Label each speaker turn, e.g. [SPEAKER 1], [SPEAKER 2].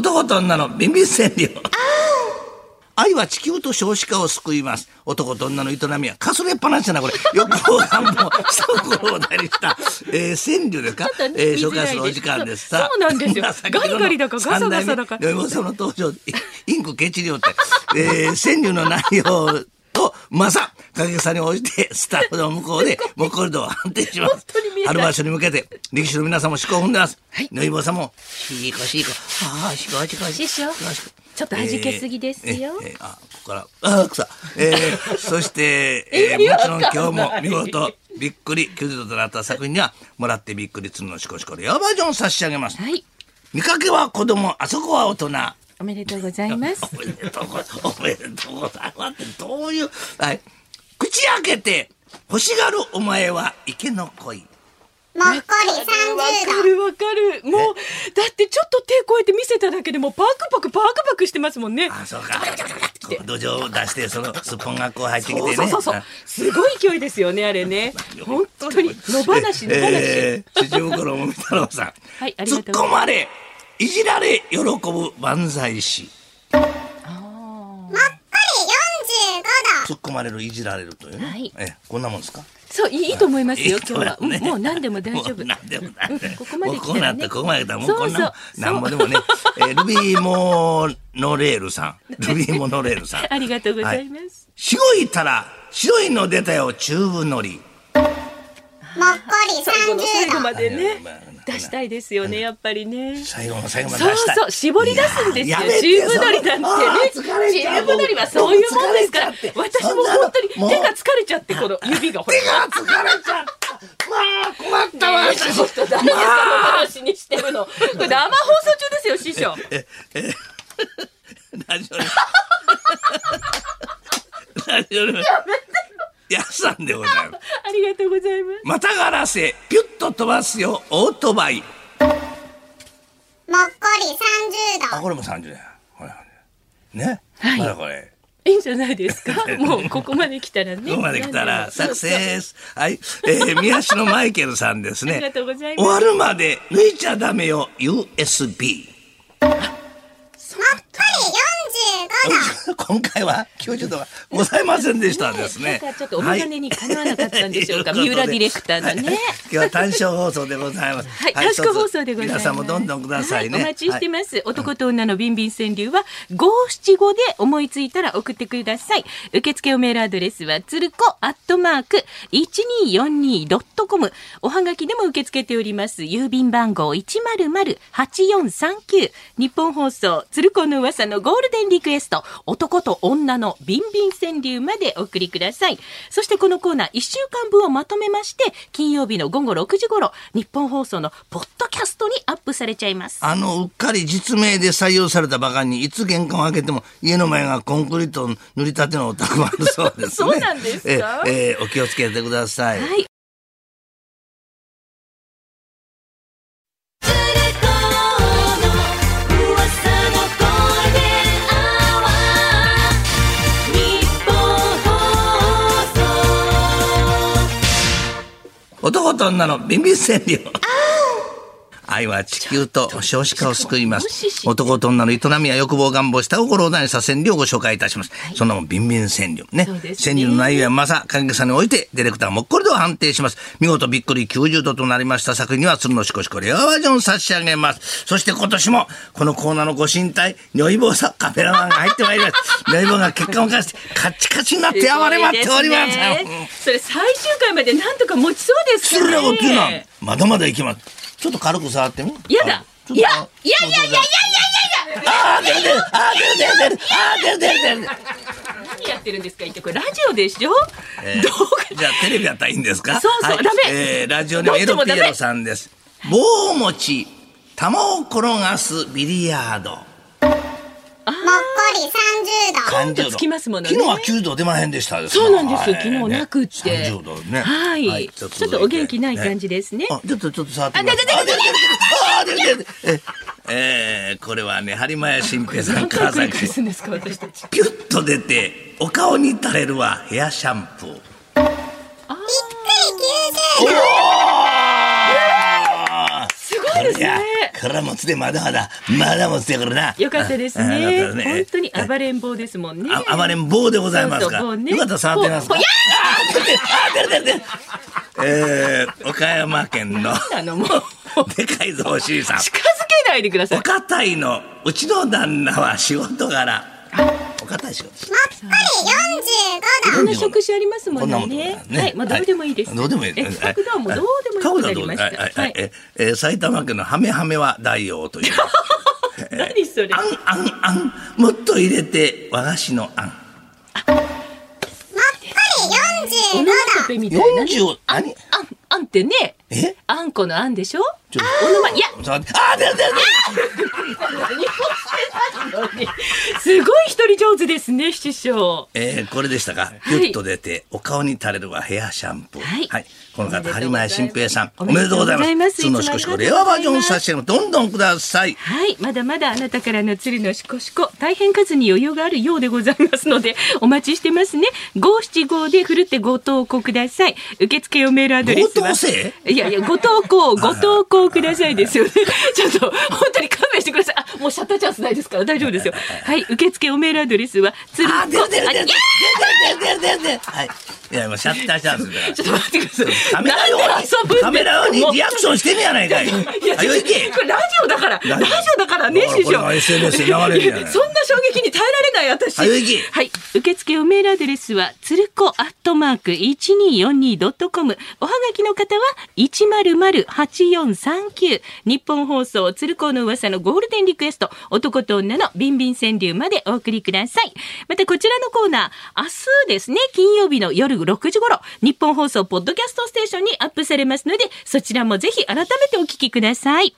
[SPEAKER 1] と女のビンビン川柳。愛は地球と少子化を救います。男と女の営みはかすれっぱなしだな、これ。横を半分、一頃を題にした、えー、川柳ですか、
[SPEAKER 2] ちょっとね
[SPEAKER 1] えー
[SPEAKER 2] 見づ
[SPEAKER 1] 紹
[SPEAKER 2] らい
[SPEAKER 1] 介する
[SPEAKER 2] です
[SPEAKER 1] お時間です。
[SPEAKER 2] そうそうなんですよ
[SPEAKER 1] まあ先ほどの
[SPEAKER 2] ガリガリだかガサガサだか
[SPEAKER 1] 三代目山本さんの登場、イインクケチ量って、えー、川柳の内容と、まさ、影さんに応じて、スタッフの向こう で、モコルドを判定します
[SPEAKER 2] 当に見え。ない
[SPEAKER 1] ある場所に向けて、力士の皆さんも思考を踏んでます。はい。ぬいぼうさんも、しーこしーこ、ああ、しこしこ
[SPEAKER 2] 師匠ちょっと弾けすぎですよ
[SPEAKER 1] えーえーえーあ、ここから、あー、草。えー、そして、え
[SPEAKER 2] 意味
[SPEAKER 1] ー、
[SPEAKER 2] わ
[SPEAKER 1] もち
[SPEAKER 2] か
[SPEAKER 1] ろ
[SPEAKER 2] ん
[SPEAKER 1] ん
[SPEAKER 2] ない
[SPEAKER 1] 今日も見事、びっくり、キュートとなった作品には、もらってびっくり、つるのしこしこレアバージョンを差し上げます。
[SPEAKER 2] はい
[SPEAKER 1] 見かけは子供、あそこは大人。
[SPEAKER 2] おめでとうござ います
[SPEAKER 1] おめでとうございます。おめでとうございますって、どういう、はい。口開けて、欲しがるお前は池の恋。
[SPEAKER 3] もっこり
[SPEAKER 2] わか
[SPEAKER 3] 30度。
[SPEAKER 2] るわかるもうだってちょっと手こうやって見せただけでもうパクパクパクパクしてますもんね
[SPEAKER 1] あ、そうか。こう土壌を出して、そのすっぽんがこう入ってきて
[SPEAKER 2] そう
[SPEAKER 1] ね。
[SPEAKER 2] そうそうそうすごい勢いですよねあれね本当に野放し野放し
[SPEAKER 1] えー、主人袋もみ太郎さん。
[SPEAKER 2] はいあり
[SPEAKER 1] 突
[SPEAKER 2] が
[SPEAKER 1] っ
[SPEAKER 2] とう
[SPEAKER 1] 込まれ、いじられ、喜ぶ漫才師。
[SPEAKER 3] もっこり45度。
[SPEAKER 1] 突っ込まれる、いじられるというね。
[SPEAKER 2] はい
[SPEAKER 1] えーこんなもんですか。
[SPEAKER 2] そういいいいと思いますよ
[SPEAKER 1] いい
[SPEAKER 2] 今日はうん
[SPEAKER 1] ね
[SPEAKER 2] もう何でも大丈
[SPEAKER 1] もう
[SPEAKER 2] 夫
[SPEAKER 1] 何でも大丈
[SPEAKER 2] うん
[SPEAKER 1] 夫。
[SPEAKER 2] ここまで
[SPEAKER 1] もうこ
[SPEAKER 2] 来たらね
[SPEAKER 1] うなった、ここまで来たら、もうこんなもん
[SPEAKER 2] そうそう
[SPEAKER 1] なんぼでもね。えー、ルビーモノレー ルさん。ルビーモノレールさん。
[SPEAKER 2] ありがとうございます
[SPEAKER 1] しごいたら、白いの出たよ、チューブのり。
[SPEAKER 3] もっこり
[SPEAKER 2] 最後の最後
[SPEAKER 3] 30度。
[SPEAKER 2] までね
[SPEAKER 1] まあまあまあ
[SPEAKER 2] 出したいですよねやっぱりね
[SPEAKER 1] 最後の最後まで
[SPEAKER 2] そう
[SPEAKER 1] 出したい
[SPEAKER 2] そう絞り出すんですよ
[SPEAKER 1] いややめて
[SPEAKER 2] チーム鳥なん
[SPEAKER 1] あ
[SPEAKER 2] て
[SPEAKER 1] ー
[SPEAKER 2] ね
[SPEAKER 1] 疲れ
[SPEAKER 2] チ
[SPEAKER 1] た
[SPEAKER 2] ーム鳥はそういうもんですから
[SPEAKER 1] もう疲れちゃって
[SPEAKER 2] 私も本当に手
[SPEAKER 1] そんなのもう
[SPEAKER 2] が疲れちゃってこの指がほら
[SPEAKER 1] 手が疲れちゃった。まあ、困った わ。
[SPEAKER 2] ちょっと誰ですかの話にして るのこれ生放送中ですよ師匠
[SPEAKER 1] ラジオネーム。ラジオネーム。やさんでございます。
[SPEAKER 2] ありがとうございます
[SPEAKER 1] またがらせ、ピュッと飛ばすよ、オートバイ。
[SPEAKER 3] もっこり30
[SPEAKER 1] あ、
[SPEAKER 3] 度。
[SPEAKER 1] これも30だよ。ほら。ね。
[SPEAKER 2] はい
[SPEAKER 1] まだこれ。
[SPEAKER 2] いいんじゃない ですかもうここまで来たらね
[SPEAKER 1] ここまで来たら、
[SPEAKER 2] そう
[SPEAKER 1] サ
[SPEAKER 2] そう
[SPEAKER 1] クセス。はい。え ー、宮代マイケルさんですね。
[SPEAKER 2] ありがとうござ
[SPEAKER 1] 終
[SPEAKER 2] います
[SPEAKER 1] わるまで抜いちゃダメよ、USB。
[SPEAKER 3] もっこり45度。
[SPEAKER 1] 今回は90度はございませんでしたですね。
[SPEAKER 2] なんかちょっとお眼鏡にかなわなかったんでしょうか
[SPEAKER 1] はい
[SPEAKER 2] 三浦ディレクターのね
[SPEAKER 1] はい今日は単勝放送でございます。
[SPEAKER 2] はい、短縮放送でございます。
[SPEAKER 1] 皆さんもどんどんくださいね。
[SPEAKER 2] はお待ちして
[SPEAKER 1] はい
[SPEAKER 2] ます。男と女のビンビン川柳は五七五で思いついたら送ってください。受付おメールアドレスはつるこアットマーク一二四二ドットコム。おはがきでも受け付けております。郵便番号一0 0 8 4 3 9日本放送つるこの噂のゴールデンリクエスト男と女のビンビン川柳までお送りください。そしてこのコーナー1週間分をまとめまして金曜日の午後6時頃日本放送のポッドキャストにアップされちゃいます。
[SPEAKER 1] あの、うっかり実名で採用された馬鹿に、いつ玄関を開けても、家の前がコンクリート塗りたてのお宅もあるそうですね。
[SPEAKER 2] そうなんですか
[SPEAKER 1] えーえーお気をつけてください。
[SPEAKER 2] はい
[SPEAKER 1] 男と女のビンビン川柳。愛は地球と少子化を救いま
[SPEAKER 2] もし
[SPEAKER 1] す。
[SPEAKER 2] し
[SPEAKER 1] 男と女の営みや欲望願望した心を大にした川柳をご紹介いたします。そんなもんビンビン川柳ね。
[SPEAKER 2] そうですね
[SPEAKER 1] 川柳の内容やまさ、関係さんにおいて、ディレクターもっこりと判定します。見事びっくり90度となりました作品には、鶴のしこしこレアバージョンを差し上げます。そして今年も、このコーナーのご神体、如意棒さん、カメラマンが入ってまいります。如意棒が結果を返して、カッチカチになって暴れまっております。
[SPEAKER 2] すごいですねそれ最終回までなんとか持ちそうです
[SPEAKER 1] そ
[SPEAKER 2] か
[SPEAKER 1] んなこと言うな
[SPEAKER 2] ね。
[SPEAKER 1] まだまだいきます。ちょっと軽く触ってみ。
[SPEAKER 2] やだ
[SPEAKER 1] あ
[SPEAKER 2] いやいやいやいやいやいやいやいや
[SPEAKER 1] あー出る出るあー出る出る出るあー出る出る出る出る
[SPEAKER 2] 何やってるんですか一体これラジオでしょ、
[SPEAKER 1] えー
[SPEAKER 2] 動画
[SPEAKER 1] じゃあテレビやったらいいんですか
[SPEAKER 2] そうそうダメ
[SPEAKER 1] えーラジオネームエ
[SPEAKER 2] ど
[SPEAKER 1] ロ
[SPEAKER 2] っちも
[SPEAKER 1] ピ
[SPEAKER 2] ダメ
[SPEAKER 1] エロさんです棒を持ち玉を転がすビリヤード
[SPEAKER 3] もっこり30度。
[SPEAKER 2] 今度つきますものね
[SPEAKER 1] 昨日は9度出まへんでしたです
[SPEAKER 2] そうなんですよ、
[SPEAKER 1] はい
[SPEAKER 2] 昨日なくって、
[SPEAKER 1] ね30度ね
[SPEAKER 2] はい、ちょ
[SPEAKER 1] 続
[SPEAKER 2] っ
[SPEAKER 1] いて
[SPEAKER 2] とお元気ない感じ
[SPEAKER 1] ね
[SPEAKER 2] ですね
[SPEAKER 1] あ、ちょっと、ちょっと触ってみます。
[SPEAKER 2] あ出て
[SPEAKER 1] あ出て出て出てあ出て出てええー、これはね、播磨屋新平さん、
[SPEAKER 2] 何回
[SPEAKER 1] 川
[SPEAKER 2] 繰り
[SPEAKER 1] 崎
[SPEAKER 2] 返すんですか私たち
[SPEAKER 1] ピュッと出て、お顔に垂れるはヘアシャンプ
[SPEAKER 3] び
[SPEAKER 1] ー。
[SPEAKER 3] っくり90度。
[SPEAKER 1] おー
[SPEAKER 2] すごいですね
[SPEAKER 1] やこれはもつでまだまだまだもつやからな
[SPEAKER 2] よかったですね。
[SPEAKER 1] あよかった
[SPEAKER 2] 本当に暴れん坊ですもんね。
[SPEAKER 1] あ暴れん坊でございますか。
[SPEAKER 2] そうそうね
[SPEAKER 1] よかったら触ってみますか。
[SPEAKER 2] ほほや
[SPEAKER 1] あー出てるあー出る出る出る。えー、岡山県の
[SPEAKER 2] あの、もう、
[SPEAKER 1] でかいぞおしいさん。
[SPEAKER 2] 近づけないでください。
[SPEAKER 1] 岡隊のうちの旦那は仕事柄。岡隊仕事。
[SPEAKER 3] もっこり
[SPEAKER 2] いろんな職種ありますも
[SPEAKER 1] こんなも
[SPEAKER 2] ん
[SPEAKER 1] ん
[SPEAKER 2] ね
[SPEAKER 1] ね。。
[SPEAKER 2] はい、まあ、どうでもいいです。
[SPEAKER 1] どうでもいい
[SPEAKER 2] え
[SPEAKER 1] です。
[SPEAKER 2] 角度はもうどうでもよくな
[SPEAKER 1] はい角度は
[SPEAKER 2] りまし
[SPEAKER 1] どうで
[SPEAKER 2] た。
[SPEAKER 1] は
[SPEAKER 2] はいい。
[SPEAKER 1] ええ埼玉県のハメハメは大王という。
[SPEAKER 2] 何それ。
[SPEAKER 1] あんあんあんもっと入れて和菓子のあん。
[SPEAKER 3] 45
[SPEAKER 2] オ
[SPEAKER 3] 度もっこり45度
[SPEAKER 2] ノマトペみたいなね。
[SPEAKER 1] 40
[SPEAKER 2] あん
[SPEAKER 1] 何、
[SPEAKER 2] あん、あんってね。
[SPEAKER 1] え
[SPEAKER 2] あんこのあんでしょ
[SPEAKER 1] ちょ
[SPEAKER 2] オノマ、いや、
[SPEAKER 1] ちょっと待ってあー出る出る出る。
[SPEAKER 2] すごい一人上手ですね、師匠。
[SPEAKER 1] えー、これでしたか。
[SPEAKER 2] い
[SPEAKER 1] ギュッと出て、お顔に垂れるはヘアシャンプー。
[SPEAKER 2] はい
[SPEAKER 1] この
[SPEAKER 2] おめ
[SPEAKER 1] 方、
[SPEAKER 2] でとうござい
[SPEAKER 1] 播
[SPEAKER 2] ます
[SPEAKER 1] 磨屋新平さん。お
[SPEAKER 2] お
[SPEAKER 1] め
[SPEAKER 2] め
[SPEAKER 1] で
[SPEAKER 2] で
[SPEAKER 1] と
[SPEAKER 2] と
[SPEAKER 1] う
[SPEAKER 2] う
[SPEAKER 1] ご
[SPEAKER 2] ご
[SPEAKER 1] ざ
[SPEAKER 2] ざ
[SPEAKER 1] います。
[SPEAKER 2] いま
[SPEAKER 1] つの
[SPEAKER 2] す
[SPEAKER 1] しこしこ、
[SPEAKER 2] いつもあり
[SPEAKER 1] 令
[SPEAKER 2] がと
[SPEAKER 1] 和
[SPEAKER 2] う
[SPEAKER 1] バ
[SPEAKER 2] ござ
[SPEAKER 1] ージ
[SPEAKER 2] います
[SPEAKER 1] ョン差し上げもどんどんください。
[SPEAKER 2] はい。まだまだあなたからの鶴のしこしこ、大変数に余裕があるようでございますので、お待ちしてますね。五七五でふるってご投稿ください。受付用メールアドレスは。
[SPEAKER 1] ご投せ
[SPEAKER 2] いやいや、ご投稿、ご投稿くださいですよね。ちょっと、本当に勘弁してください。あ、もうシャッターチャンスないですから大丈夫ですよ。はい。受付用メールアドレスは、鶴
[SPEAKER 1] あー、出る出る
[SPEAKER 2] あ
[SPEAKER 1] 出
[SPEAKER 2] いや
[SPEAKER 1] る出る出る出る出る出る出る。はい。いや、もうシャッターチャンスだから
[SPEAKER 2] ちょっと待ってください。
[SPEAKER 1] カメラ用
[SPEAKER 2] なんで遊ぶん
[SPEAKER 1] に、
[SPEAKER 2] で
[SPEAKER 1] カメラ用にリアクションしてみやないかい。
[SPEAKER 2] いや、
[SPEAKER 1] あ、よいけ
[SPEAKER 2] こ。れラジオだから、ラジオだからね
[SPEAKER 1] だ、から
[SPEAKER 2] 師
[SPEAKER 1] これが
[SPEAKER 2] 匠。
[SPEAKER 1] SNS で流れるじゃない
[SPEAKER 2] い やそんな衝撃に耐えられない、私。
[SPEAKER 1] はい行け
[SPEAKER 2] はい。受付メールアドレスは、つるこアットマーク 1242.com。おはがきの方は、100-8439。日本放送、つるこの噂のゴールデンリクエスト、男と女のビンビン川柳までお送りください。また、こちらのコーナー、明日ですね、金曜日の夜6時頃、日本放送、ポッドキャストステーションにアップされますので、そちらもぜひ改めてお聞きください。